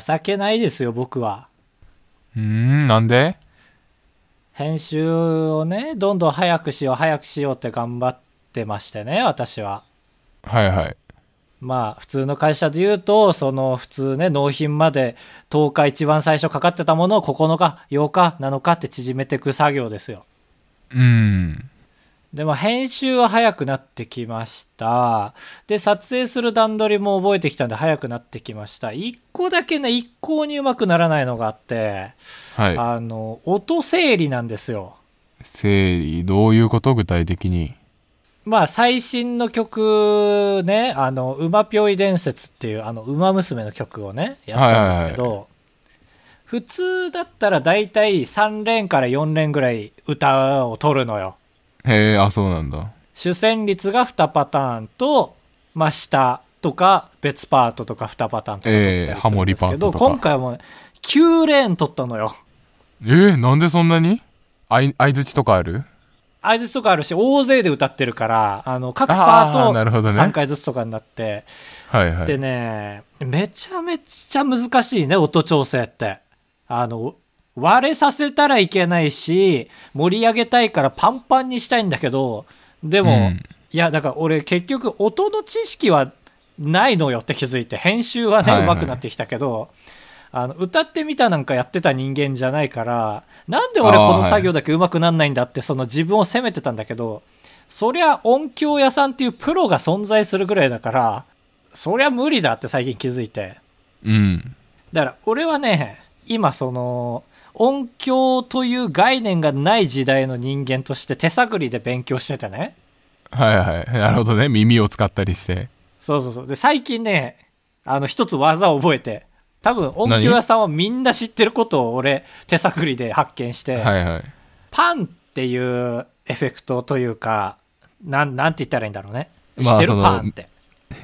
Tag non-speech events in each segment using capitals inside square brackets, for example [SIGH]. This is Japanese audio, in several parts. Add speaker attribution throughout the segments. Speaker 1: 情けないですよ、僕は。
Speaker 2: うーん、なんで
Speaker 1: 編集をね、どんどん早くしよう、早くしようって頑張ってましてね、私は。
Speaker 2: はいはい。
Speaker 1: まあ、普通の会社で言うと、その普通ね、納品まで10日一番最初かかってたものを9日、8日、7日って縮めていく作業ですよ。
Speaker 2: うん。
Speaker 1: でも編集は早くなってきました。で、撮影する段取りも覚えてきたんで早くなってきました。一個だけね、一向にうまくならないのがあって、
Speaker 2: は
Speaker 1: あの、音整理なんですよ。
Speaker 2: い。整理、どういうこと具体的に。
Speaker 1: まあ、最新の曲ね、あの、馬ぴょい伝説っていう、あの、馬娘の曲をね、やったんですけど、普通だったら大体3連から4連ぐらい歌を取るのよ。
Speaker 2: へえ、あ、そうなんだ。
Speaker 1: 主旋律が2パターンと、まあ、下とか別パートとか2パターンとか取ったりするんですけ
Speaker 2: ええハモリパート
Speaker 1: ど、
Speaker 2: とか
Speaker 1: 今回も、ね、9レーン取ったのよ。
Speaker 2: えー、なんでそんなにあい、相づちとかある
Speaker 1: 合図とかあるし、大勢で歌ってるから、あの、各パ
Speaker 2: あーな
Speaker 1: ー
Speaker 2: る
Speaker 1: ト
Speaker 2: ほどね
Speaker 1: 3回ずつとかになって、
Speaker 2: はいは
Speaker 1: で
Speaker 2: い。
Speaker 1: ね、めちゃめちゃ難しいね、音調整って。あの、割れさせたらいけないし、盛り上げたいからパンパンにしたいんだけど、でも、
Speaker 2: うん
Speaker 1: いや、だから俺結局音の知識はないのよって気づいて、編集はね、
Speaker 2: はいはい
Speaker 1: 上手くなってきたけど、あの、歌ってみたなんかやってた人間じゃないから、なんで俺この作業だけ上手くなんないんだって、その自分を責めてたんだけど、そりゃ音響屋さんっていうプロが存在するぐらいだから、そりゃ無理だって最近気づいて。
Speaker 2: うん。
Speaker 1: だから俺はね、今その、音響という概念がない時代の人間として手探りで勉強しててね。
Speaker 2: はいはい。なるほどね。耳を使ったりして。
Speaker 1: そうそうそう。で、最近ね、あの、一つ技を覚えて、多分音響屋さんはみんな知ってることを俺、手探りで発見して、
Speaker 2: はいはい。
Speaker 1: パンっていうエフェクトというか、なん、なんて言ったらいいんだろうね。知
Speaker 2: まあ
Speaker 1: ってる
Speaker 2: その
Speaker 1: パンって。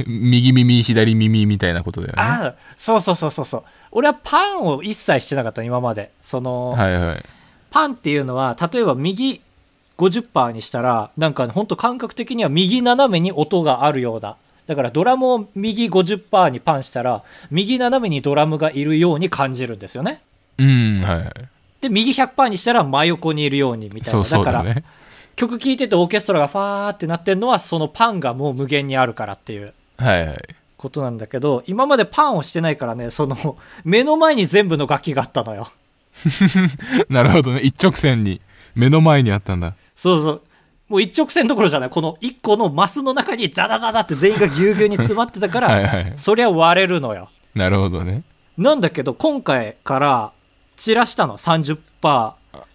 Speaker 2: 右耳、左耳みたいなことだよね。
Speaker 1: ああ、そうそうそうそうそう。俺はパンを一切してなかったの、今まで。その、
Speaker 2: はいはい。
Speaker 1: パンっていうのは、例えば右50%にしたら、なんか本当感覚的には右斜めに音があるようだ。だからドラムを右50%にパンしたら、右斜めにドラムがいるように感じるんですよね。
Speaker 2: うん、はいはい。
Speaker 1: で、右100%にしたら真横にいるようにみたい
Speaker 2: そ
Speaker 1: な。
Speaker 2: うそう
Speaker 1: だ
Speaker 2: だ
Speaker 1: から、
Speaker 2: ね。
Speaker 1: 曲聴いててオーケストラがファーってなってるのは、そのパンがもう無限にあるからっていう。
Speaker 2: はいはい。
Speaker 1: ことなんだけど、今までパンをしてないからね、その、目の前に全部の楽器があったのよ。
Speaker 2: なるほどね。一直線に、目の前にあったんだ。
Speaker 1: そうそう。もう一直線どころじゃない。この一個のマスの中にザダダダって全員がぎゅうぎゅうに詰まってたから、
Speaker 2: はいはい
Speaker 1: そりゃ割れるのよ。
Speaker 2: なるほどね。
Speaker 1: なんだけど、今回から散らしたの。30%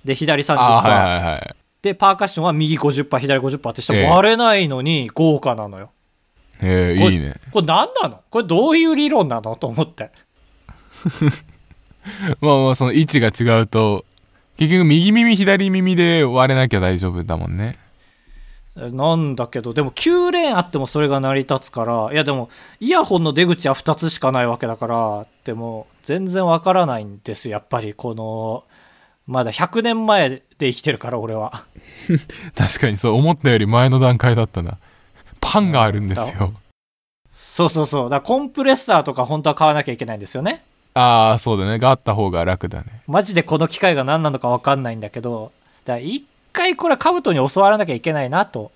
Speaker 1: で左30%、
Speaker 2: ああ、はいはいはい。
Speaker 1: で、パーカッションは右50%、左50%ってした
Speaker 2: ええ
Speaker 1: ら割れないのに豪華なのよ。
Speaker 2: え
Speaker 1: こ
Speaker 2: ー、
Speaker 1: れ
Speaker 2: いいね。
Speaker 1: これ何なのこれどういう理論なのと思って。
Speaker 2: まあまあ、その位置が違うと、結局右耳、左耳で割れなきゃ大丈夫だもんね。
Speaker 1: なんだけど、でも9レーンあってもそれが成り立つから、いやでも、イヤホンの出口は2つしかないわけだから、でも、全然わからないんですよ、やっぱり、この、まだ100年前で生きてるから、俺は。
Speaker 2: 確かにそう、思ったより前の段階だったな。パンがあるんですよ。
Speaker 1: そうそうそう。だからコンプレッサーとか本当は買わなきゃいけないんですよね。
Speaker 2: ああ、そうだね。があった方が楽だね。
Speaker 1: マジでこの機械が何なのかわかんないんだけど、だから一回これは兜に教わらなきゃいけないなと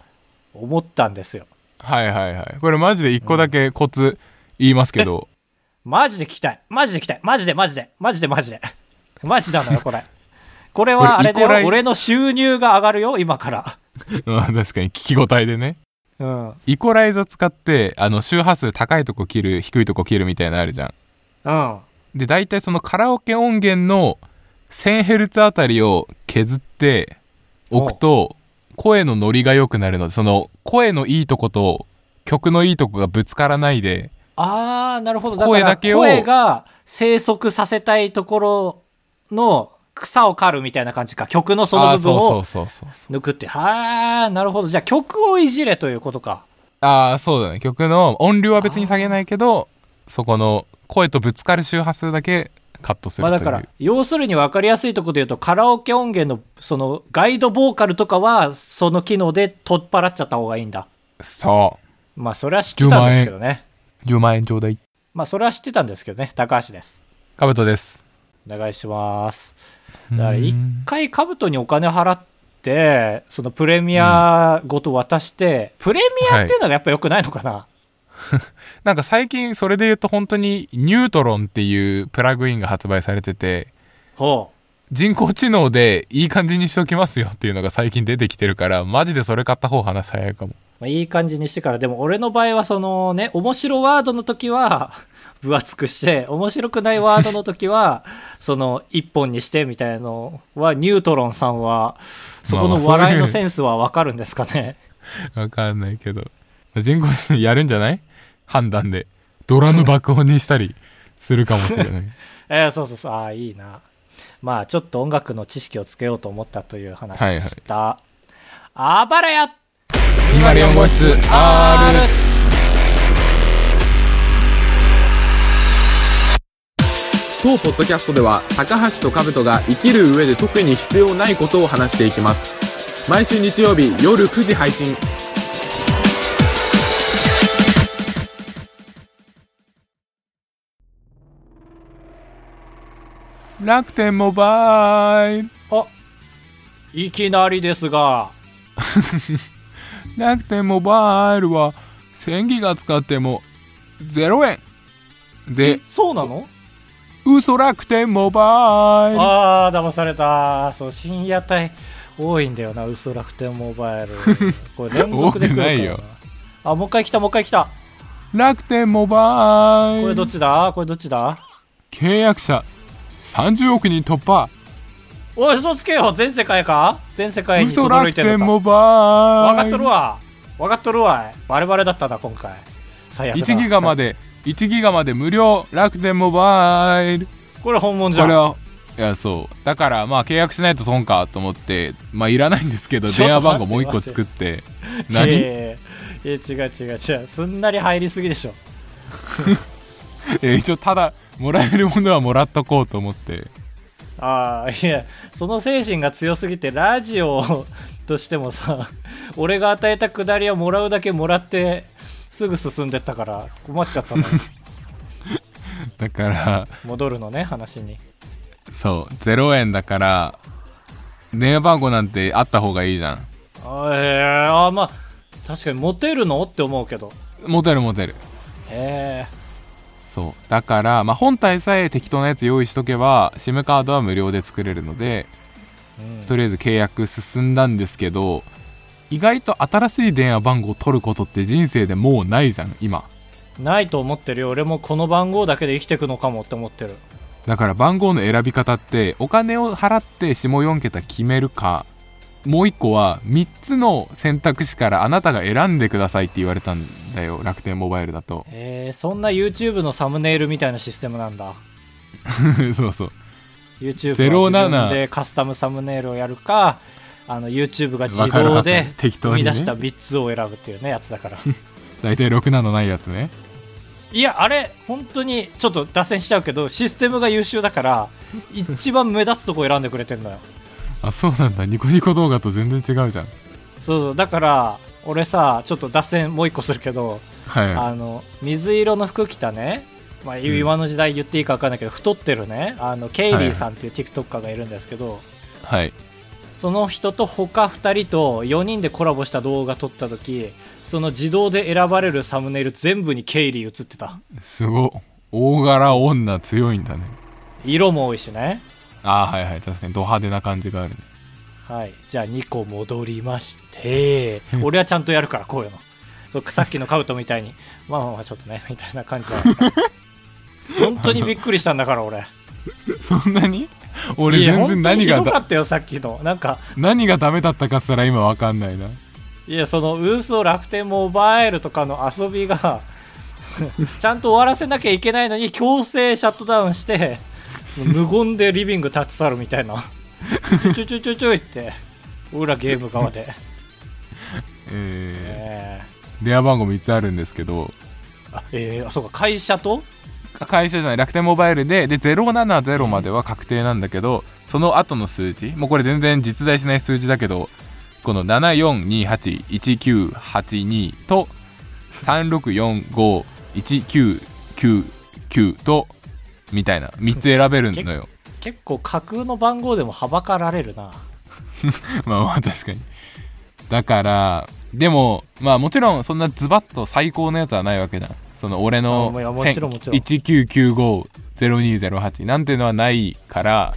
Speaker 1: 思ったんですよ。
Speaker 2: はいはいはい。これマジで一個だけコツ言いますけど、
Speaker 1: マジで聞きたい。マジで聞きたい。マジでマジで。マジでマジで。マジなのよ、これ。 [LAUGHS] これはあれだ
Speaker 2: これイコライ
Speaker 1: よ。俺の収入が上がるよ、今から。
Speaker 2: まあ [LAUGHS] 確かに聞き応えでね。
Speaker 1: うん。うん。
Speaker 2: イコライザ使って、あの、周波数高いとこ切る、低いとこ切るみたいなのあるじゃん。
Speaker 1: あ
Speaker 2: で大体そのカラオケ音源の 1000Hz あたりを削っておくと声のノリが良くなるのでその声のいいとこと曲のいいとこがぶつからないで
Speaker 1: あー、なるほど。だから
Speaker 2: 声だけを
Speaker 1: 声が生息させたいところの草を刈るみたいな感じか。曲のその
Speaker 2: あー
Speaker 1: 部分
Speaker 2: そ
Speaker 1: を
Speaker 2: うそうそうそう
Speaker 1: 抜くって。はー、なるほど。じゃあ曲をいじれということか。
Speaker 2: ああそうだね曲の音量は別に下げないけどそこの声とぶつかる周波数だけカットする
Speaker 1: ま
Speaker 2: と
Speaker 1: あ
Speaker 2: い
Speaker 1: だ
Speaker 2: う、
Speaker 1: から、要するに分かりやすいところで言うと、カラオケ音源のそのガイドボーカルとかは、その機能で取っ払っちゃった方がいいんだ。
Speaker 2: そ
Speaker 1: まあそれは知ってたんですけどね。
Speaker 2: う10万円ちょうだい
Speaker 1: まあそれは知ってたんですけどね。高橋です。
Speaker 2: かぶとです
Speaker 1: お願いしますだから一回カブトにお金払ってそのプレミアごと渡して、プレミアっていうのがやっぱ良くないのかな、
Speaker 2: なんか最近それで言うと本当にニュートロンっていうプラグインが発売されてて
Speaker 1: ほ
Speaker 2: 人工知能でいい感じにしときますよっていうのが最近出てきてるからマジでそれ買った方話早いかも
Speaker 1: う、まあ、いい感じにしてからでも俺の場合はそのね面白ワードの時は分厚くして面白くないワードの時
Speaker 2: [LAUGHS]
Speaker 1: はその一本にしてみたいのはニュートロンさんはそこ
Speaker 2: ま
Speaker 1: の
Speaker 2: あまあそういう
Speaker 1: 笑いのセンスは分かるんですかね、
Speaker 2: わかんないけど人工知能やるんじゃない判断でドラム爆音にしたりするかもしれない
Speaker 1: えーそうそうそうああいいなまあちょっと音楽の知識をつけようと思ったという話でした、あばらや
Speaker 2: 204号室 R
Speaker 3: 当ポッドキャストでは高橋と兜が生きる上で特に必要ないことを話していきます毎週日曜日夜9時配信
Speaker 2: 楽天モバイル
Speaker 1: あいきなりですが
Speaker 2: 楽天モバイルは1000ギガ使っても0円で
Speaker 1: そうなの
Speaker 2: 嘘楽天モバイル
Speaker 1: ああ騙されたそう深夜帯多いんだよな嘘楽天モバ
Speaker 2: [LAUGHS]
Speaker 1: イルこれ連続で来るから
Speaker 2: 多くないよ
Speaker 1: あもう一回来たもう一回来た
Speaker 2: 楽天モバイル
Speaker 1: これどっちだこれどっちだ
Speaker 2: 契約者30億人突破
Speaker 1: おい嘘つけよ全世界か全世界に
Speaker 2: 嘘
Speaker 1: 轟
Speaker 2: 楽
Speaker 1: いてる
Speaker 2: 天
Speaker 1: のか
Speaker 2: モバ
Speaker 1: 分かっ
Speaker 2: イ
Speaker 1: と
Speaker 2: ル
Speaker 1: るわ分かっとるわバレバレだったな今回最悪だ
Speaker 2: 1ギガまで1ギガまで無料楽天モバイル
Speaker 1: これ本物じゃ
Speaker 2: こ
Speaker 1: ん
Speaker 2: れはいやそうだからまあ契約しないと損かと思ってまあいらないんですけど
Speaker 1: ちょっ
Speaker 2: 電
Speaker 1: と
Speaker 2: 話
Speaker 1: 待っ
Speaker 2: 番
Speaker 1: て
Speaker 2: 号もう1個作って
Speaker 1: いやい
Speaker 2: 何
Speaker 1: やいやいや違う違う違うすんなり入りすぎでしょ
Speaker 2: え一応ただもらえるものはもらっとこうと思って
Speaker 1: ああいやその精神が強すぎてラジオとしてもさ [LAUGHS] 俺が与えたくだりをもらうだけもらってすぐ進んでったから困っちゃ
Speaker 2: [LAUGHS]
Speaker 1: ったの
Speaker 2: だから
Speaker 1: 戻るのね話に
Speaker 2: そう0円だから電話番号なんてあった方がいいじゃん
Speaker 1: あえーあーまあ確かにモテるのって思うけど
Speaker 2: モテるモテる
Speaker 1: へえ
Speaker 2: そうだから、まあ、本体さえ適当なやつ用意しとけば SIM カードは無料で作れるので
Speaker 1: うん、
Speaker 2: とりあえず契約進んだんですけど意外と新しい電話番号を取ることって人生でもうないじゃん今
Speaker 1: ないと思ってるよ俺もこの番号だけで生きてくのかもって思ってる
Speaker 2: だから番号の選び方ってお金を払って下4桁決めるかもう一個は3つの選択肢からあなたが選んでくださいって言われたんだよ楽天モバイルだと [LAUGHS]
Speaker 1: えー、そんな YouTube のサムネイルみたいなシステムなんだ
Speaker 2: そうそう
Speaker 1: YouTube は自分でカスタムサムネイルをやるかあの YouTube が自
Speaker 2: わかる
Speaker 1: 動
Speaker 2: わか
Speaker 1: で
Speaker 2: る適当
Speaker 1: 生み
Speaker 2: にね
Speaker 1: 出した3つを選ぶっていうねやつだから [LAUGHS]
Speaker 2: 大体6なのないやつね
Speaker 1: いやあれ本当にちょっと脱線しちゃうけどシステムが優秀だから一番目立つとこ選んでくれてんのよ
Speaker 2: あそうなんだニコニコ動画と全然違うじゃ
Speaker 1: そう
Speaker 2: ん
Speaker 1: そうだから俺さちょっと脱線もう一個するけど
Speaker 2: はいは
Speaker 1: あの水色の服着たね、まあ、今の時代言っていいか分かんないけど、太ってるねあのケイリーさんっていう TikToker がいるんですけど、
Speaker 2: いはい
Speaker 1: その人と他2人と4人でコラボした動画撮った時その自動で選ばれるサムネイル全部にケイリー映ってた
Speaker 2: すごい大柄女強いんだね
Speaker 1: 色も多いしね
Speaker 2: あーはいはい確かにド派手な感じがあるね [LAUGHS]
Speaker 1: はいじゃあ2個戻りまして俺はちゃんとやるからこういうのそうさっきのカブトみたいに [LAUGHS] まあまあまあちょっとねみたいな感じだ
Speaker 2: [LAUGHS]
Speaker 1: 本当にびっくりしたんだから俺
Speaker 2: そんなに俺
Speaker 1: いや
Speaker 2: 全然何が
Speaker 1: 本当にひどか
Speaker 2: だ
Speaker 1: ったよさっきのなんか
Speaker 2: 何がダメだったかすら今わかんないない
Speaker 1: やそのウースを楽天モバイルとかの遊びがちゃんと終わらせなきゃいけないのに強制シャットダウンして無言でリビング立ち去るみたいなちょちょちょちょちょいって俺らゲーム側で、
Speaker 2: え
Speaker 1: え
Speaker 2: ー電話番号3つあるんですけど
Speaker 1: ーあえーあそうか会社と
Speaker 2: 会社じゃない楽天モバイルでで070までは確定なんだけどその後の数字もうこれ全然実在しない数字だけどこの74281982と36451999とみたいな3つ選べるのよ
Speaker 1: 結構架空の番号でもはばかられるな
Speaker 2: [LAUGHS] まあまあ確かにだからでもまあもちろんそんなズバッと最高のやつはないわけじゃんその俺の
Speaker 1: あいやもちろんもちろん
Speaker 2: 19950208なんていうのはないから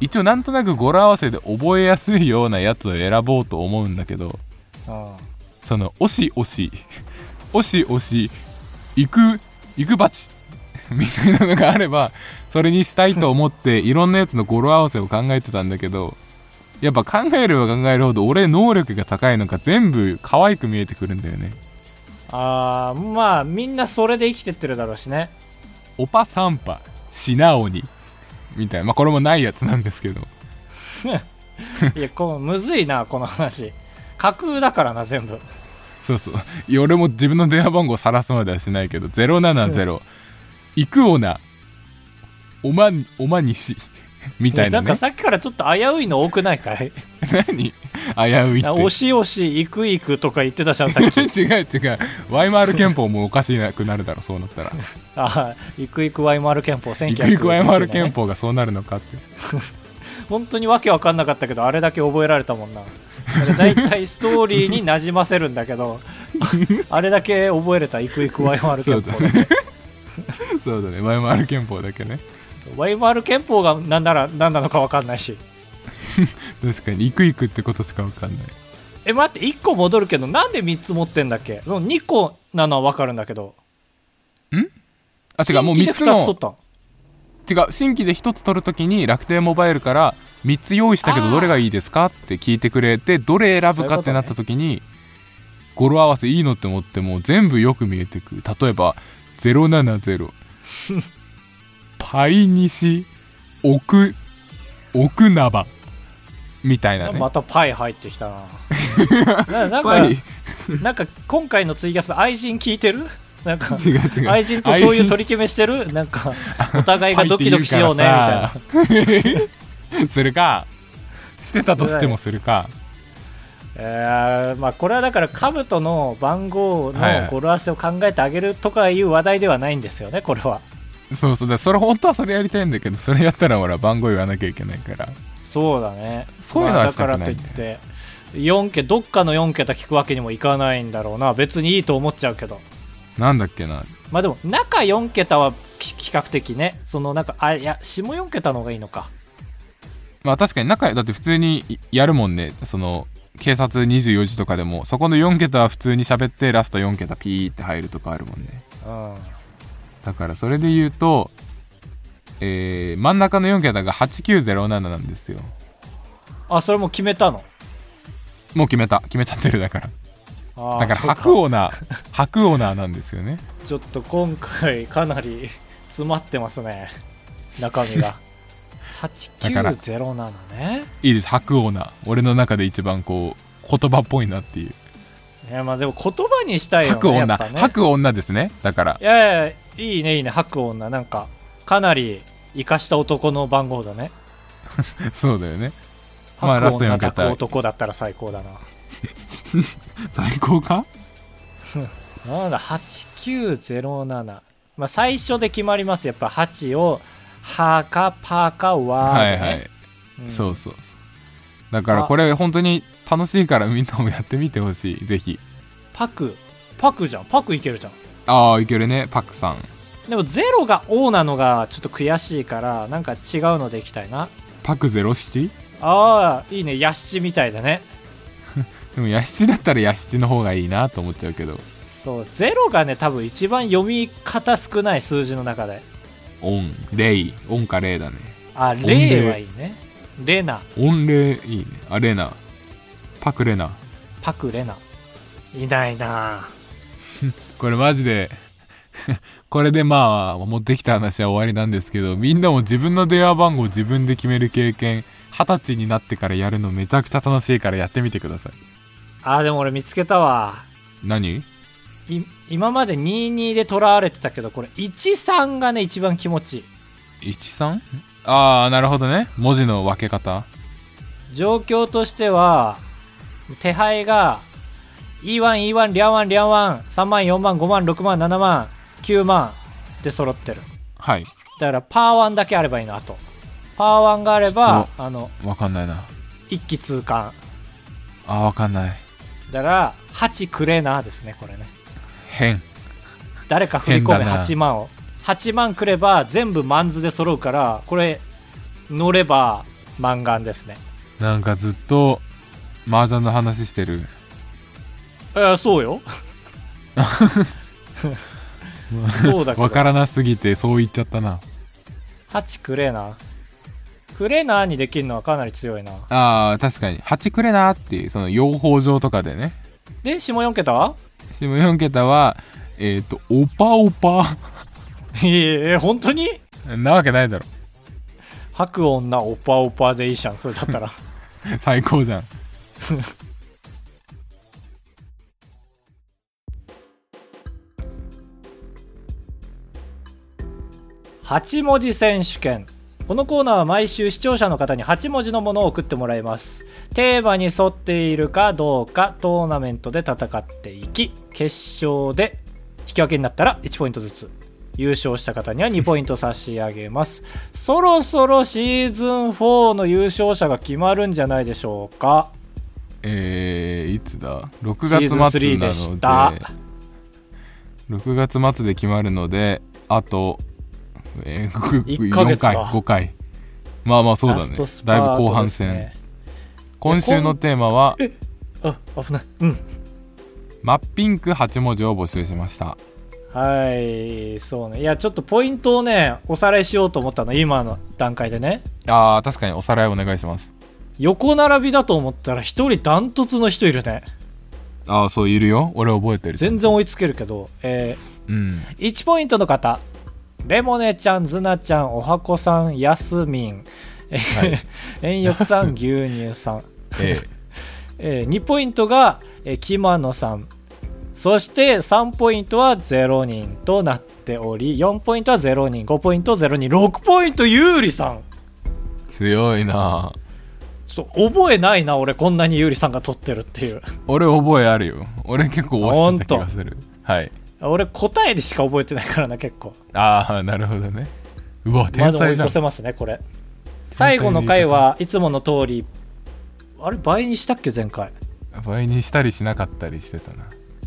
Speaker 2: 一応なんとなく語呂合わせで覚えやすいようなやつを選ぼうと思うんだけど
Speaker 1: あ
Speaker 2: その「おしおし」「おしおし」「行く行く鉢」 [LAUGHS] みたいなのがあればそれにしたいと思っていろんなやつの語呂合わせを考えてたんだけどやっぱ考えれば考えるほど俺能力が高いのか全部可愛く見えてくるんだよね
Speaker 1: あーまあみんなそれで生きてってるだろうしね
Speaker 2: オパサンパシナオニみたいなまあこれもないやつなんですけど
Speaker 1: いやこうむずいなこの話架空だからな全部
Speaker 2: そうそういや俺も自分の電話番号さらすまではしないけど070行くおなおまおまにしみたいな
Speaker 1: なん
Speaker 2: ね
Speaker 1: かさっきからちょっと危ういの多くないかい
Speaker 2: 何危ういって
Speaker 1: あ押し押し行く行くとか言ってたじゃんさっ
Speaker 2: [LAUGHS]
Speaker 1: き
Speaker 2: 違う違うワイマール憲法もおかしなくなるだろそうなった
Speaker 1: [LAUGHS]
Speaker 2: ら
Speaker 1: あー行く行くワイマール憲法
Speaker 2: い
Speaker 1: 1900
Speaker 2: くいくワイマール憲法がそうなるのかって
Speaker 1: 本当にわけわかんなかったけどあれだけ覚えられたも
Speaker 2: [LAUGHS]
Speaker 1: んなだいたいストーリーになじませるんだけ
Speaker 2: [LAUGHS]
Speaker 1: どあれだけ覚えれた「イクイクワイマール
Speaker 2: そ
Speaker 1: 憲
Speaker 2: うだ
Speaker 1: 法
Speaker 2: ねそうだねワイマール憲法だけね」
Speaker 1: ワイマール憲法が何なら何なのかわかんないし
Speaker 2: 確かにいくいくってことしか分かんない
Speaker 1: え待って1個戻るけどなんで3つ持ってんだっけその2個なのはわかるんだけど
Speaker 2: あ違うもう
Speaker 1: 新規で
Speaker 2: 3つ
Speaker 1: 2つ取
Speaker 2: の
Speaker 1: ったの
Speaker 2: 違う新規で1つ取るときに楽天モバイルから3つ用意したけ
Speaker 1: あー
Speaker 2: どどれがいいですかって聞いてくれてどれ選ぶかってなったときに語呂合わせいいのって思っても全部よく見えてくる例えば070
Speaker 1: [LAUGHS]
Speaker 2: パイニシ奥奥ナバみたいなね
Speaker 1: またパイ入ってきた
Speaker 2: [LAUGHS]
Speaker 1: なななん
Speaker 2: パ
Speaker 1: か
Speaker 2: イ
Speaker 1: なんか今回のツイキャス愛人聞いてるなんか
Speaker 2: 違う違
Speaker 1: [LAUGHS]
Speaker 2: う
Speaker 1: 愛人とそういう取り決めしてるなんかお互いがドキドキしよう [LAUGHS] ねみたいな
Speaker 2: な [LAUGHS] するかしてたとしてもするか
Speaker 1: えーまあ、これはだから兜の番号
Speaker 2: はいは
Speaker 1: の
Speaker 2: い
Speaker 1: 語呂合わせを考えてあげるとかいう話題ではないんですよね、これは。
Speaker 2: そうそうだからそれ本当はそれやりたいんだけどそれやったらほら番号言わなきゃいけないから
Speaker 1: そうだね。
Speaker 2: そういう
Speaker 1: ま
Speaker 2: のは
Speaker 1: あだ
Speaker 2: した
Speaker 1: から
Speaker 2: くない
Speaker 1: といって、4桁、どっかの4桁聞くわけにもいかないんだろうな、別にいいと思っちゃうけど。
Speaker 2: なんだっけな
Speaker 1: まあでも、中4桁はき比較的ね、そのなんか、あ、いや、下4桁の方がいいのか。
Speaker 2: まあ確かに仲だって普通にいやるもんねその警察24時とかでもそこの4桁は普通に喋ってラスト4桁ピーって入るとかあるもんね
Speaker 1: うん。
Speaker 2: だからそれで言うとえー真ん中の4桁が8907なんですよ
Speaker 1: あ、それもう決めたの。
Speaker 2: もう決めた決めちゃってるだから
Speaker 1: あー
Speaker 2: だから
Speaker 1: そう
Speaker 2: 白オーナー白オーナーなんですよね
Speaker 1: ちょっと今回かなり [LAUGHS] 詰まってますね中身
Speaker 2: [LAUGHS]
Speaker 1: が
Speaker 2: から
Speaker 1: 8907ね
Speaker 2: いいです白オーナー俺の中で一番こう言葉っぽいなっていう
Speaker 1: いやまあでも言葉にしたいよ
Speaker 2: 白
Speaker 1: ねやっ
Speaker 2: 女
Speaker 1: ぱね
Speaker 2: 白女ですねだから
Speaker 1: いやいやいいねいいね白女なんかかなり生かした男の番号だね
Speaker 2: そうだよねまあ
Speaker 1: 白
Speaker 2: ラストに
Speaker 1: 女
Speaker 2: 向け
Speaker 1: 抱く
Speaker 2: た
Speaker 1: 男だったら最高だな
Speaker 2: 最高か
Speaker 1: なんだ8907まあ最初で決まりますやっぱ8をはかぱかわ
Speaker 2: は
Speaker 1: ー
Speaker 2: い
Speaker 1: でね、
Speaker 2: はい、
Speaker 1: うん
Speaker 2: そうそうそうだからこれ本当に楽しいからみんなもやってみてほしいぜひ
Speaker 1: パクパクじゃんパクいけるじゃん
Speaker 2: ああいけるねパクさん
Speaker 1: でもゼロが「O」なのがちょっと悔しいからなんか違うのでいきたいな
Speaker 2: パク 07?
Speaker 1: ああいいねヤシチみたいだね
Speaker 2: でもヤシチだったらヤシチの方がいいなと思っちゃうけど
Speaker 1: そうゼロがね多分一番読み方少ない数字の中で
Speaker 2: オンレイオンかレイだね
Speaker 1: あ
Speaker 2: んで
Speaker 1: レイはいいねレナ
Speaker 2: オンレイいいねあレナパクレナ
Speaker 1: パクレナいないな
Speaker 2: これマジで [LAUGHS] これでまあ持ってきた話は終わりなんですけどみんなも自分の電話番号自分で決める経験二十歳になってからやるのめちゃくちゃ楽しいからやってみてください
Speaker 1: あーでも俺見つけたわ
Speaker 2: 何
Speaker 1: い今まで22でとらわれてたけどこれ13がね一番気持ちいい
Speaker 2: ?13? ああなるほどね文字の分け方
Speaker 1: 状況としては手配が E1E1 リャワンリャワン3万4万5万6万7万9万で揃ってる
Speaker 2: はい
Speaker 1: だからパーワンだけあればいいのあとパーワンがあればあの
Speaker 2: わかんないな
Speaker 1: 一気通貫
Speaker 2: あーわかんない
Speaker 1: だから8くれなですねこれね
Speaker 2: 変
Speaker 1: 誰か振り込め
Speaker 2: 変だな
Speaker 1: 8万を8万くれば全部マンズで揃うからこれ乗れば満願ですね
Speaker 2: なんかずっと麻雀の話してる
Speaker 1: えーそう
Speaker 2: [LAUGHS]
Speaker 1: よ [LAUGHS] そうだけど
Speaker 2: わからなすぎてそう言っちゃったな
Speaker 1: 8くれなくれなにできるのはかなり強いな
Speaker 2: あー確かに8くれなっていうその養蜂場とかでね
Speaker 1: で下4桁 [LAUGHS] は
Speaker 2: 下4桁はえっ、とオパオパ
Speaker 1: いえ本当に
Speaker 2: なわけないだろ
Speaker 1: 吐く女オパオパでいいじゃんそれだったら
Speaker 2: 最高じゃん
Speaker 1: 8文字選手権このコーナーは毎週視聴者の方に8文字のものを送ってもらいますテーマに沿っているかどうかトーナメントで戦っていき決勝で引き分けになったら1ポイントずつ優勝した方には2ポイント差し上げますそろそろシーズン4の優勝者が決まるんじゃないでしょうか
Speaker 2: えー、いつだ6
Speaker 1: シーズン
Speaker 2: 月末
Speaker 1: 3
Speaker 2: な
Speaker 1: で
Speaker 2: の
Speaker 1: し
Speaker 2: で
Speaker 1: た
Speaker 2: 6月末で決まるのであと、えー、ぐ
Speaker 1: 1ヶ
Speaker 2: 4
Speaker 1: 月だ
Speaker 2: 回5回まあまあそうだ
Speaker 1: ラ
Speaker 2: ね
Speaker 1: ストスパ
Speaker 2: だいぶ
Speaker 1: ー
Speaker 2: 後
Speaker 1: ト
Speaker 2: 半
Speaker 1: です
Speaker 2: 戦、
Speaker 1: ね
Speaker 2: 今週のテーマは
Speaker 1: あ危ないうん
Speaker 2: 「マッピンク8文字」を募集しました
Speaker 1: はい、そうね。いや、ちょっとポイントをね、おさらいしようと思ったの、今の段階でね。
Speaker 2: あー確かにおさらいお願いします
Speaker 1: 横並びだと思ったら、一人ダントツの人いるね。
Speaker 2: ああそういるよ俺覚えてる
Speaker 1: 全然追いつけるけど、え
Speaker 2: うん
Speaker 1: ー、1ポイントの方、レモネちゃん、ズナちゃん、おはこさん、やすみん、え [LAUGHS]
Speaker 2: はい
Speaker 1: 円浴さん、牛乳さ [LAUGHS] ん、
Speaker 2: ええ
Speaker 1: えー、2ポイントが、えー、キマノさんそして3ポイントは0人となっており4ポイントは0人5ポイント0人6ポイント有利さん
Speaker 2: 強いな
Speaker 1: ちょっと覚えないな俺こんなに有利さんが取ってるっていう [LAUGHS]
Speaker 2: 俺覚えあるよ俺結構押してた気がするはい
Speaker 1: 俺答えでしか覚えてないからな結構
Speaker 2: ああなるほどねうわ
Speaker 1: ま
Speaker 2: 天
Speaker 1: だ追い
Speaker 2: 才じゃん、
Speaker 1: 越せますねこれ最後の回はいつもの通りあれ倍にしたっけ前回
Speaker 2: 倍にしたりしなかったりしてたな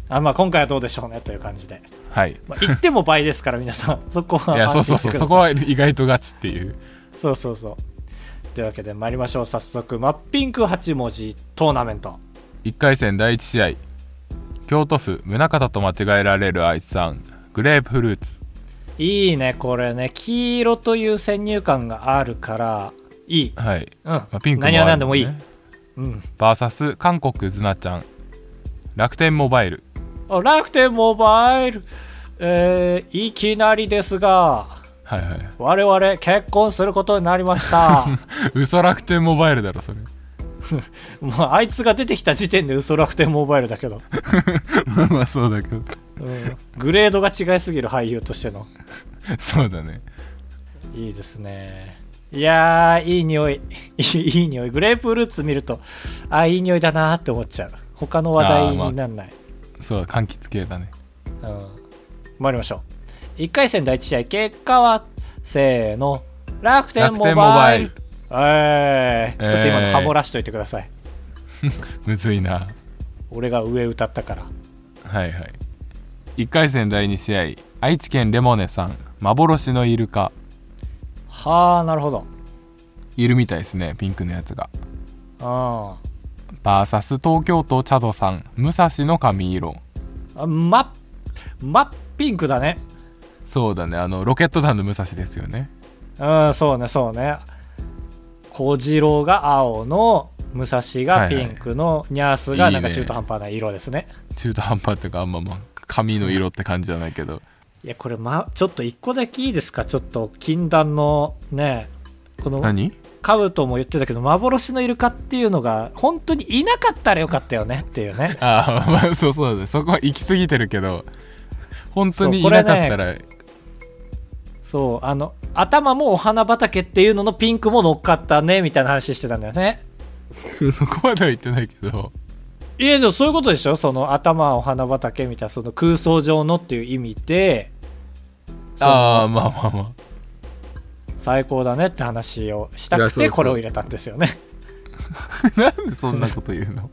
Speaker 1: あまあ今回はどうでしょうねという感じで、
Speaker 2: はい [LAUGHS]
Speaker 1: まあ、言っても倍ですから皆さん [LAUGHS] そこはい
Speaker 2: やそうそうそ
Speaker 1: 安心して
Speaker 2: う
Speaker 1: くださ
Speaker 2: そこは意外とガチっていう
Speaker 1: そうそうそう。というわけで参りましょう。早速、マッピング8文字トーナメント。
Speaker 2: 1回戦第1試合京都府宗像と間違えられる愛知さんグレープフルーツ
Speaker 1: いいね、これね。黄色という先入観があるから、いい。
Speaker 2: はい、
Speaker 1: うん。ま
Speaker 2: まあ、ピンクもあ
Speaker 1: 何
Speaker 2: る
Speaker 1: は何でもいい。うん。
Speaker 2: VS 韓国ズナちゃん楽天モバイル
Speaker 1: あ楽天モバイル。えー、いきなりですが、
Speaker 2: はいはい
Speaker 1: 我々結婚することになりま [LAUGHS] した。
Speaker 2: 嘘楽天モバイルだろそれ [LAUGHS]
Speaker 1: もうあいつが出てきた時点で嘘楽天モバイルだけど、
Speaker 2: まあまあそうだけど
Speaker 1: うん、グレードが違いすぎる俳優としての。
Speaker 2: そうだね
Speaker 1: いいですね。いやー、いい匂い。いいいい匂い。グレープフルーツ見ると、あーいい匂いだなーって思っちゃう。他の話題にならない。
Speaker 2: そう柑橘系だね
Speaker 1: うん。参りましょう。1回戦第1試合、結果は、せーの、楽天モバイル。
Speaker 2: 楽
Speaker 1: えー、ちょっと今
Speaker 2: え
Speaker 1: の
Speaker 2: ー
Speaker 1: ハモらしといてください。
Speaker 2: むずいな
Speaker 1: 俺が上歌ったから。
Speaker 2: はいはい1回戦第2試合愛知県レモネさん幻のイルカ
Speaker 1: はー、なるほど。
Speaker 2: いるみたいですねピンクのやつが
Speaker 1: うん。
Speaker 2: VS 東京都チャドさん武蔵の髪色
Speaker 1: あま、まっピンクだね。
Speaker 2: そうだねあのロケット団の武蔵ですよね
Speaker 1: うん、そうね、そうね。小次郎が青の、武蔵がピンクの、ニャースがなんか
Speaker 2: いいね
Speaker 1: 中途半端な色ですね。
Speaker 2: 中途半端っていうかあんままあ髪の色って感じじゃないけど
Speaker 1: いや、これ、ま、ちょっと一個だけいいですかちょっと、禁断のね、この、
Speaker 2: 何。
Speaker 1: カブトも言ってたけど、幻のイルカっていうのが、本当にいなかったらよかったよねっていうね
Speaker 2: [LAUGHS] ああまあそうそうだねそこは行き過ぎてるけど本当にいなかったら、
Speaker 1: そう、あの、頭もお花畑っていうののピンクも乗っかったね、みたいな話してたんだよね。
Speaker 2: そこまでは言ってないけど
Speaker 1: いや、でもそういうことでしょその頭はお花畑みたいな、その空想上のっていう意味で、
Speaker 2: ああまあまあま
Speaker 1: 最高だねって話をした
Speaker 3: いや
Speaker 1: く
Speaker 3: そうそう
Speaker 1: てこれを入れたんですよね
Speaker 2: なんでそんなこと言うの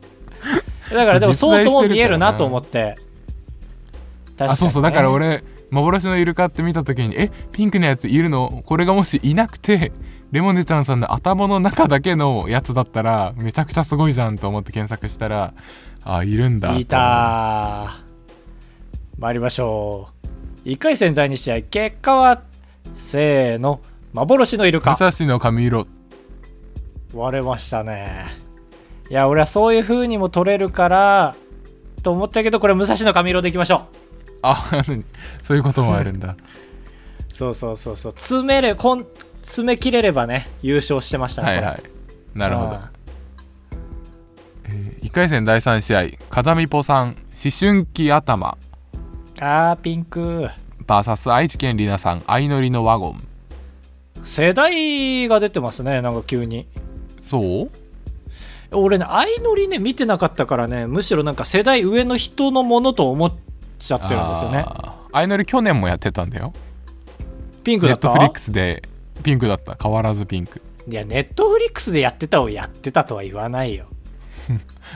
Speaker 1: だからでも
Speaker 2: そう実在
Speaker 1: 相当
Speaker 2: してるからな
Speaker 1: 見えるなと思って確かにね
Speaker 2: あそうそうだから俺幻のイルカって見た時にえピンクのやついるのこれがもしいなくてレモネちゃんさんの頭の中だけのやつだったらめちゃくちゃすごいじゃんと思って検索したらあいるんだと思い
Speaker 1: いた
Speaker 2: ま
Speaker 1: ー参りましょう1回戦第2試合結果はせーの幻のイルカ
Speaker 2: した武蔵の髪色
Speaker 1: 割れましたねいや俺はそういう風にも取れるからと思ったけどこれ武蔵の髪色でいきましょ
Speaker 2: あそういうこともある
Speaker 1: [LAUGHS]
Speaker 2: んだ
Speaker 1: うそうそうそうそう詰めれこん詰め切れればね優勝してましたね
Speaker 2: は
Speaker 1: こ
Speaker 2: い
Speaker 1: れ
Speaker 2: はいなるほど
Speaker 1: あ
Speaker 2: 1回戦第3試合風見ぽさん思春期頭
Speaker 1: ーあーピンク
Speaker 2: VS 愛知県里奈さん相乗りのワゴン
Speaker 1: 世代が出てますねなんか急に
Speaker 2: そう
Speaker 1: 俺ね相乗りね見てなかったからねむしろなんか世代上の人のものと思っちゃってるんですよね
Speaker 2: あー相乗り去年もやってたんだよ
Speaker 1: ピンク
Speaker 2: ネ
Speaker 1: だ
Speaker 2: ッ
Speaker 1: った
Speaker 2: トフリックスでピンクだった変わらずピンク
Speaker 1: いやネットフリックスでやってたをやってたとは言わないよ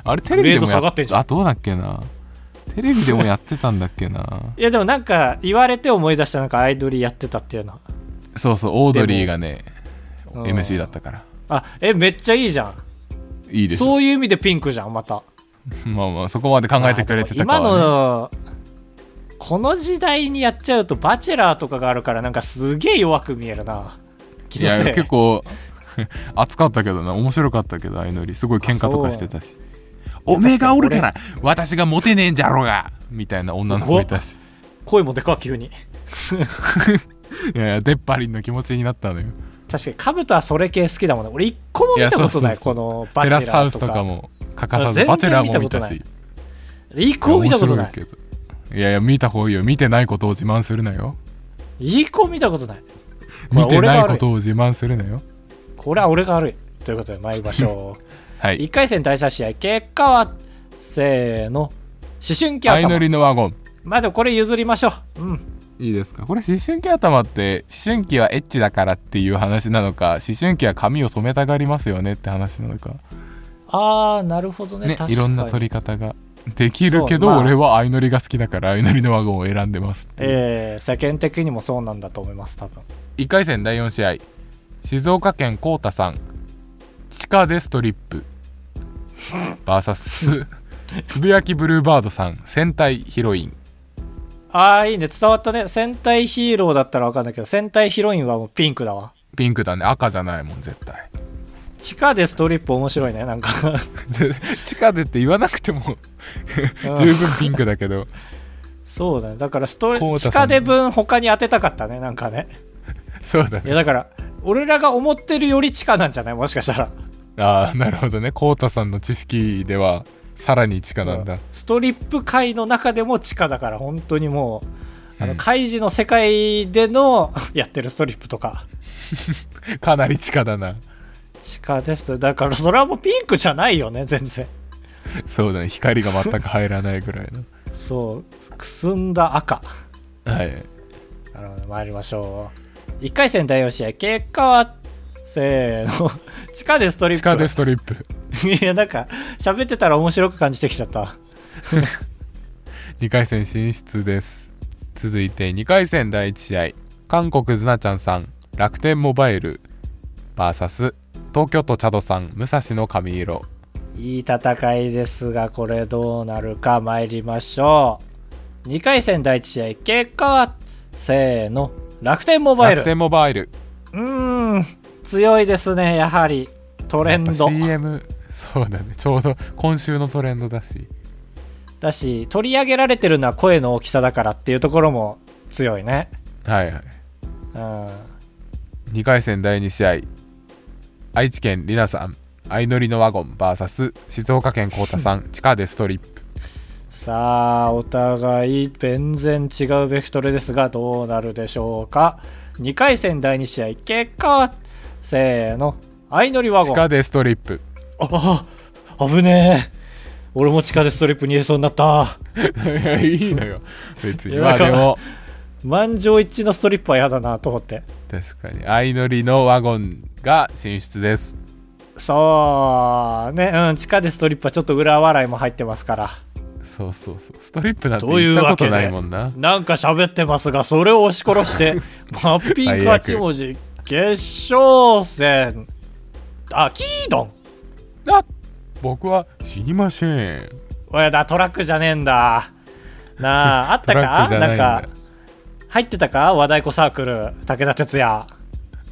Speaker 2: あれテレビで
Speaker 1: グレード
Speaker 2: もや
Speaker 1: 下がってんじゃん
Speaker 2: あどうだっけなテレビでもやってたんだっけな
Speaker 1: いやでもなんか言われて思い出したなんかアイドルやってたっていうの、
Speaker 2: [LAUGHS] そうそうオードリーがね
Speaker 1: うん
Speaker 2: MC だったから
Speaker 1: あえめっちゃいいじゃん
Speaker 2: いいでしょ
Speaker 1: そういう意味でピンクじゃんまた
Speaker 2: まあまあそこまで考えてくれてたか
Speaker 1: 今
Speaker 2: は、ね、
Speaker 1: のこの時代にやっちゃうとバチェラーとかがあるからなんかすげえ弱く見えるな気
Speaker 2: い
Speaker 1: の
Speaker 2: や
Speaker 1: せい
Speaker 2: 結 [LAUGHS] 構熱かったけどな面白かったけど相乗りすごい喧嘩とかしてたしおめえがおるから私がモテねえんじゃろうがみたいな女の子もいたし
Speaker 1: 声もでかっ急に
Speaker 2: いやいや出っ張りの気持ちになったのよ
Speaker 1: 確かにカブトはそれ系好きだもんね俺一個も
Speaker 2: い
Speaker 1: 見
Speaker 2: や
Speaker 1: たことない
Speaker 2: そうそうそ
Speaker 1: こ
Speaker 2: う
Speaker 1: のバチ
Speaker 2: テ
Speaker 1: ェラ
Speaker 2: ラ
Speaker 1: ー
Speaker 2: スハウスとかも欠かさず
Speaker 1: 全然
Speaker 2: バテラーも見
Speaker 1: 見た
Speaker 2: た
Speaker 1: こと
Speaker 2: し
Speaker 1: 一個も見たことない
Speaker 2: 面白いけどいやいや見た方がいいよ見てないことを自慢するなよ
Speaker 1: 一個も見たことないこれ
Speaker 2: 見て
Speaker 1: 俺が
Speaker 2: ない
Speaker 1: 悪い
Speaker 2: ことを自慢するなよ
Speaker 1: これは俺が悪いということで参りましょ
Speaker 2: は
Speaker 1: う1
Speaker 2: い
Speaker 1: 回戦第3試合結果はせーの思春期
Speaker 2: 相乗
Speaker 1: 頭
Speaker 2: りのワゴン
Speaker 1: まあでもこれ譲りましょううん
Speaker 2: いいですかこれ思春期頭って思春期はエッチだからっていう話なのか思春期は髪を染めたがりますよねって話なのか
Speaker 1: ああなるほどね
Speaker 2: ね
Speaker 1: 確かに
Speaker 2: いろんな取り方ができるけ
Speaker 1: そ
Speaker 2: ど、
Speaker 1: うまあ
Speaker 2: 俺は相乗りが好きだから相乗りのワゴンを選んでますっていう
Speaker 1: えー、世間的にもそうなんだと思います多分
Speaker 2: 1回戦第4試合静岡県浩太さん地下でストリップ VS つぶやきブルーバードさん戦隊ヒロイン
Speaker 1: ああいいね伝わったね戦隊ヒーローだったら分かんないけど戦隊ヒロインはもうピンクだわ
Speaker 2: ピンクだね赤じゃないもん絶対 [LAUGHS]
Speaker 1: 地下でストリップ面白いねなんか [LAUGHS]
Speaker 2: 地下でって言わなくても十分ピンクだけど
Speaker 1: そうだねだからストリ
Speaker 2: こうた
Speaker 1: 地
Speaker 2: さん
Speaker 1: 下で分他に当てたかったねなんかね
Speaker 2: そうだ
Speaker 1: い
Speaker 2: ね
Speaker 1: やだから俺らが思ってるより地下なんじゃないもしかしたら
Speaker 2: ああなるほどね浩太さんの知識ではさらに地下なんだ
Speaker 1: ストリップ界の中でも地下だから本当にもうあ
Speaker 2: う
Speaker 1: の
Speaker 2: ん
Speaker 1: 開示の世界での [LAUGHS] やってるストリップとか
Speaker 2: かなり地下だな
Speaker 1: 地下ですとだからそれはもうピンクじゃないよね全然
Speaker 2: そうだね光が全く入らないぐらいの
Speaker 1: そうくすんだ赤
Speaker 2: はい
Speaker 1: なるほど参りましょう1回戦第4試合結果はせーの地下でストリッ
Speaker 2: 地
Speaker 1: プ
Speaker 2: 下でストリップ
Speaker 1: [LAUGHS] いやなんか喋ってたら面白く感じてきちゃった
Speaker 2: 2回戦進出です続いて2回戦第1試合韓国ズナちゃんさん楽天モバイル VS 東京都チャドさん武蔵の髪色
Speaker 1: いい戦いですが、これどうなるか参りましょう。2回戦第1試合、結果は、せーの、楽天モバイル。
Speaker 2: 楽天モバイル
Speaker 1: うーん、強いですね、やはり。トレン
Speaker 2: やっ
Speaker 1: ド
Speaker 2: ぱ CM そうだねちょうど今週のトレンドだし
Speaker 1: だし、取り上げられてるのは声の大きさだからっていうところも強いね。
Speaker 2: はいはい
Speaker 1: うん。
Speaker 2: 2回戦第2試合愛知県里奈さん相乗りのワゴン VS 静岡県幸太
Speaker 1: [LAUGHS]
Speaker 2: さん地下でストリップ
Speaker 1: さあ、お互い全然違うベクトルですが、どうなるでしょうか。2回戦第2試合、結果は、せーの、相乗りワゴ
Speaker 2: 地
Speaker 1: ン。
Speaker 2: 下でストリップ [LAUGHS]
Speaker 1: ああ危ねえ俺も地下でストリップに入れそうになった
Speaker 2: いやいいのよ別に
Speaker 1: いや
Speaker 2: まあ
Speaker 1: なんか
Speaker 2: でも
Speaker 1: 満場一致のストリップは嫌だなと思って。
Speaker 2: 確かに相乗りのワゴンが進出です
Speaker 1: そう、ね、うん、地下でストリップはちょっと裏笑いも入ってますから。
Speaker 2: そうそうそうストリップなんて
Speaker 1: どういう
Speaker 2: 行ったこ
Speaker 1: わ
Speaker 2: と
Speaker 1: け
Speaker 2: ない
Speaker 1: で
Speaker 2: もんな
Speaker 1: なんか喋ってますが、それを押し殺して、
Speaker 2: [LAUGHS]
Speaker 1: マッピング8文字、決勝戦、あ、キードン
Speaker 2: あ僕は死にません
Speaker 1: おやだ、トラックじゃねえんだ。
Speaker 2: [LAUGHS]
Speaker 1: なあ、あっ
Speaker 2: ト
Speaker 1: た
Speaker 2: ラッ
Speaker 1: か
Speaker 2: クじゃない
Speaker 1: なんん
Speaker 2: だ。
Speaker 1: か、入ってたか和太鼓サークル、武田鉄矢、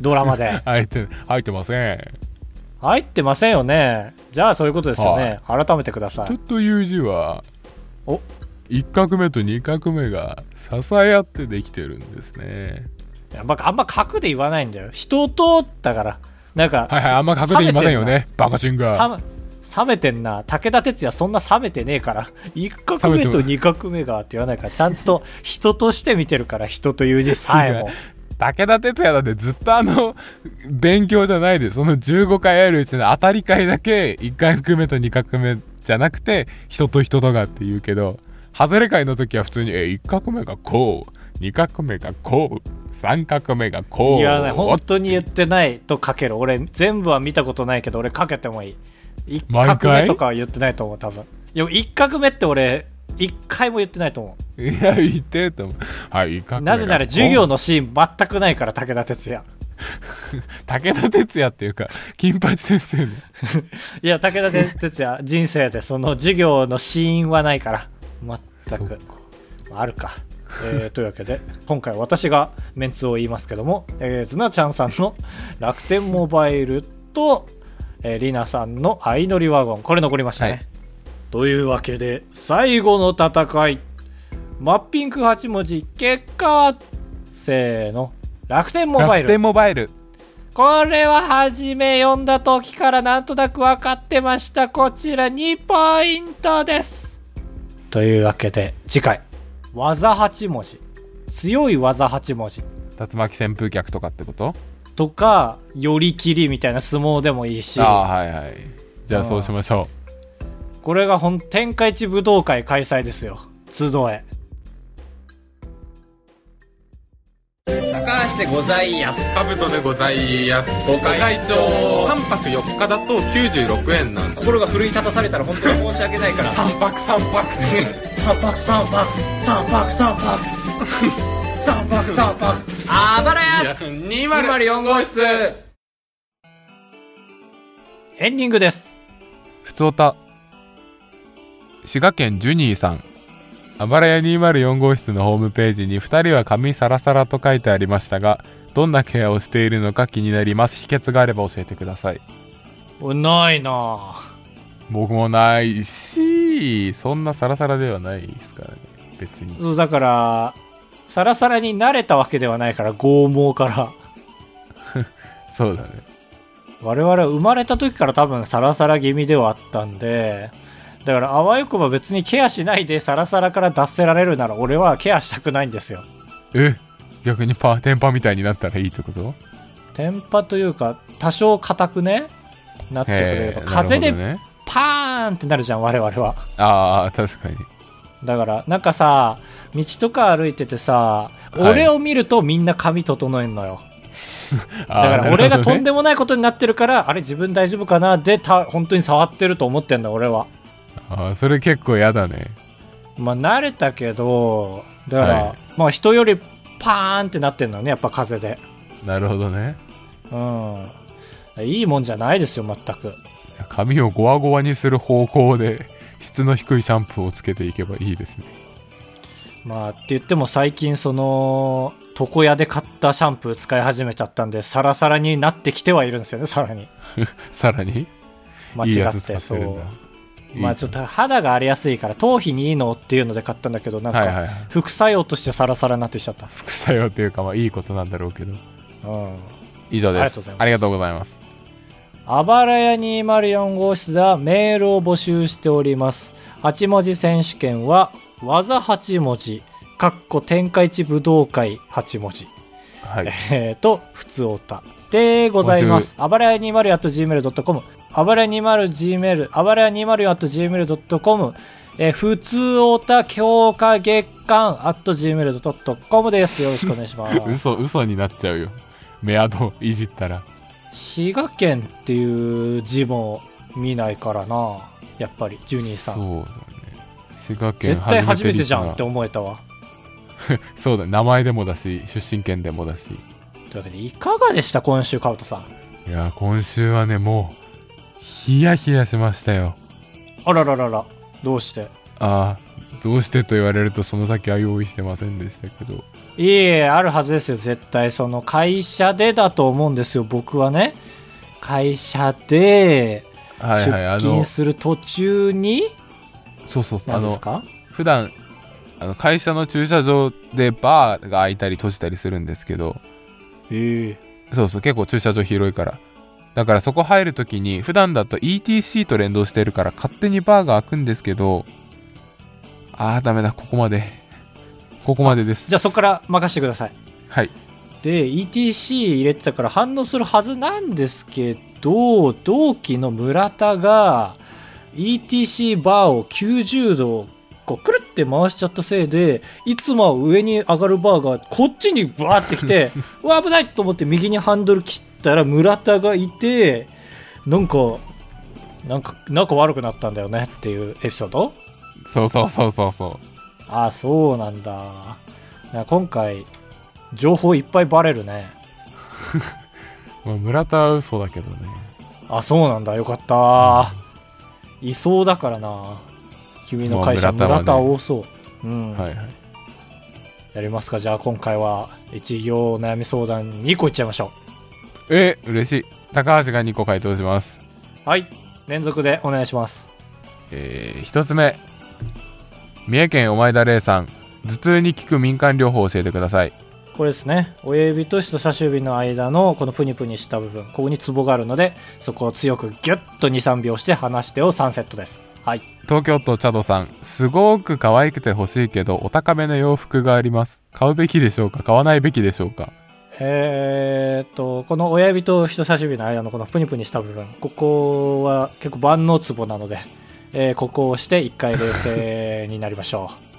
Speaker 1: ドラマで
Speaker 2: 入って入ってません
Speaker 1: 入ってませんよね。じゃあ、そういうことですよね。改めてくださ
Speaker 2: 人
Speaker 1: い。
Speaker 2: という字は
Speaker 1: お
Speaker 2: 1画目と2画目が支え合ってできてるんですね
Speaker 1: あんま、あんま角で言わないんだよ。人と、だから、なんか、
Speaker 2: はいはいあんま確認いませんよねバカチンが
Speaker 1: 冷め冷めてんな武田鉄矢そんな冷めてねえから1画目 [LAUGHS] と2画目がって言わないからちゃんと人として見てるから人という字さえ
Speaker 2: [LAUGHS]
Speaker 1: も
Speaker 2: 武田鉄矢だってずっとあの勉強じゃないでその15回やるうちの当たり回だけ1回含めと2画目じゃなくて人と人とがって言うけど外れ回の時は普通に「え1画目がこう2画目がこう3画目がこ
Speaker 1: い
Speaker 2: う」
Speaker 1: やね本当に言
Speaker 2: っ
Speaker 1: っててないと書ける俺全部は見たことないけど俺書けてもいい
Speaker 2: 毎
Speaker 1: 1
Speaker 2: 回
Speaker 1: 画目とかは言ってないと思う多分いや1画目って俺1回も言ってないと思
Speaker 2: いや言ってと思うはい1画
Speaker 1: う
Speaker 2: 目が
Speaker 1: なぜなら授業のシーン全くないから武田鉄矢
Speaker 2: 武田鉄矢っていうか金八先生の
Speaker 1: いや武田鉄
Speaker 2: [LAUGHS]
Speaker 1: 矢人生でその授業のシーンはないから全くあるか、えーというわけで今回私がメンツを言いますけども、えーズナちゃんさんの楽天モバイルと、えーリナさんの相乗りワゴンこれ残りましたね、
Speaker 2: はい
Speaker 1: というわけで最後の戦いマッピング8文字結果はせーの楽天モバイ
Speaker 2: 楽
Speaker 1: ル
Speaker 2: 天モバイル
Speaker 1: これは初め読んだ時からなんとなく分かってましたこちら2ポイントですというわけで次回技8文字強い技8文字
Speaker 2: 竜巻旋風脚とかってこと
Speaker 1: とか寄り切りみたいな相撲でもいいし
Speaker 2: ああはいはいじゃあそうしましょ
Speaker 1: これが本天下一武道会開催ですよ集え
Speaker 4: 高橋でございやす
Speaker 3: カブトでございますご
Speaker 4: 会長
Speaker 3: 3泊4日だと96円なんで
Speaker 4: 心が奮い立たされたら本当に申し訳ないから3泊3泊3泊3泊3泊3泊3泊3泊あばらや204号室
Speaker 1: エンディングです
Speaker 2: うふつおた滋賀県ジュニーさんあばらや204号室のホームページに2人は髪サラサラと書いてありましたがどんなケアをしているのか気になります秘訣があれば教えてください
Speaker 1: おないなあ
Speaker 2: 僕もないしそんなサラサラではないですからね別に
Speaker 1: そうだからさらさらに慣れたわけではないから剛毛から
Speaker 2: そうだね
Speaker 1: 我々は生まれた時から多分サラサラ気味ではあったんでだからあわよくば別にケアしないでサラサラから脱せられるなら俺はケアしたくないんですよ
Speaker 2: え逆にパーテンパみたいになったらいいってこと
Speaker 1: テンパというか多少硬くねなってくれれば
Speaker 2: へえ
Speaker 1: 風
Speaker 2: な
Speaker 1: で
Speaker 2: るほどね
Speaker 1: パーンってなるじゃん我々は
Speaker 2: ああ確かに
Speaker 1: だからなんかさ道とか歩いててさ
Speaker 2: い
Speaker 1: 俺を見るとみんな髪整えんのよ、
Speaker 2: だ
Speaker 1: だから俺がとん
Speaker 2: で
Speaker 1: でもないことになってるからあれ自分大丈夫かなでた本当に触ってると思ってんだ俺は
Speaker 2: あーそれ結構やだね
Speaker 1: まあ慣れたけどだから、
Speaker 2: はい
Speaker 1: まあ人よりパーンってなってんのねやっぱ風で
Speaker 2: なるほどね
Speaker 1: うんいいもんじゃないですよ全く
Speaker 2: 髪をゴワゴワにする方向で質の低いシャンプーをつけていけばいいですね [LAUGHS]
Speaker 1: まあって言っても最近その床屋で買ったシャンプー使い始めちゃったんでサラサラになってきてはいるんですよねさらに
Speaker 2: さらに
Speaker 1: 間
Speaker 2: いい
Speaker 1: 違
Speaker 2: や
Speaker 1: っ
Speaker 2: つ
Speaker 1: て
Speaker 2: 使っ
Speaker 1: そ
Speaker 2: てるん
Speaker 1: う
Speaker 2: だいい
Speaker 1: まあちょっと肌が荒れやすいから頭皮にいいのっていうので買ったんだけどなん
Speaker 2: はいはい
Speaker 1: か
Speaker 2: はい
Speaker 1: 副作用としてサラサラになってきちゃった、
Speaker 2: 副作用というかまあいいことなんだろうけど
Speaker 1: うん
Speaker 2: 以上ですあ
Speaker 1: あ
Speaker 2: りがとうございます
Speaker 1: あばらや204号室ではメールを募集しております。8文字選手権は、技8文字、かっこ天下一武道会8文字、
Speaker 2: はい
Speaker 1: えーと、普通おたでございます。あばらや 20.gmail.com、あばらや 20.gmail、あばらや 20.gmail.com、えー、普通おた強化月間 at gmail.com です。よろしくお願いし [LAUGHS] ます。
Speaker 2: 嘘嘘になっちゃうよメアドいじったら
Speaker 1: 滋賀県っていう字も見ないからな。やっぱり、ジュニーさん。
Speaker 2: そうだね滋賀県
Speaker 1: 絶対初めてじゃんって
Speaker 2: リ
Speaker 1: 思えたわ。
Speaker 2: スナーそうだ名前でもだし出身県でもだし
Speaker 1: というわけで、いかがでした今週、カブトさん。
Speaker 2: いやー今週はねもうヒヤヒヤしましたよ
Speaker 1: あらららら、どうして
Speaker 2: あーどうしてと言われるとその先は用意してませんでしたけど
Speaker 1: いえ、あるはずですよ、絶対。その会社でだと思うんですよ、僕はね。会社で、
Speaker 2: はいはいあ
Speaker 1: 出
Speaker 2: の
Speaker 1: 勤する途中に、
Speaker 2: そうそうそう
Speaker 1: な
Speaker 2: あ
Speaker 1: んで
Speaker 2: の
Speaker 1: すか
Speaker 2: 普段あの会社の駐車場でバーが開いたり閉じたりするんですけど
Speaker 1: え
Speaker 2: そうそう結構駐車場広いからだからそこ入るときに普段だと ETC と連動してるから勝手にバーが開くんですけどあーダメだここまでここまでです
Speaker 1: じゃあそこから任せてください。
Speaker 2: はい
Speaker 1: で、ETC 入れてたから反応するはずなんですけど、同期の村田が、ETC バーを90度、こう、くるって回しちゃったせいで、いつもは上に上がるバーが、こっちにバーってきて、うわ、危ないと思って右にハンドル切ったら村田がいて、なんか、なんか、仲悪くなったんだよねっていうエピソード
Speaker 2: そうそうそうそうそ
Speaker 1: ああ、そうなんだ。な今回、情報いっぱいバレるね。
Speaker 2: う、まあ、村田は嘘だけどね
Speaker 1: あそうなんだよかった、いそうだからな君の会社、
Speaker 2: まあ村田はね
Speaker 1: 村田多そう、うん
Speaker 2: はいはい
Speaker 1: やりますかじゃあ今回は一行お悩み相談2個いっちゃいましょ
Speaker 2: え嬉しい高橋が2個回答します
Speaker 1: うはい連続でお願いします
Speaker 2: えー、1つ目三重県お前田玲さん頭痛に効く民間療法を教えてください
Speaker 1: これですね親指と人差し指の間のこのプニプニした部分ここにツボがあるのでそこを強くギュッと23秒して離してを3セットですはい
Speaker 2: 東京都チャドさんすごく可愛くて欲しいけどお高めの洋服があります買うべきでしょうか買わないべきでしょうか
Speaker 1: えーっと、この親指と人差し指の間のこのプニプニした部分、ここは結構万能ツボなので、えーここを押して一回冷静になりましょう。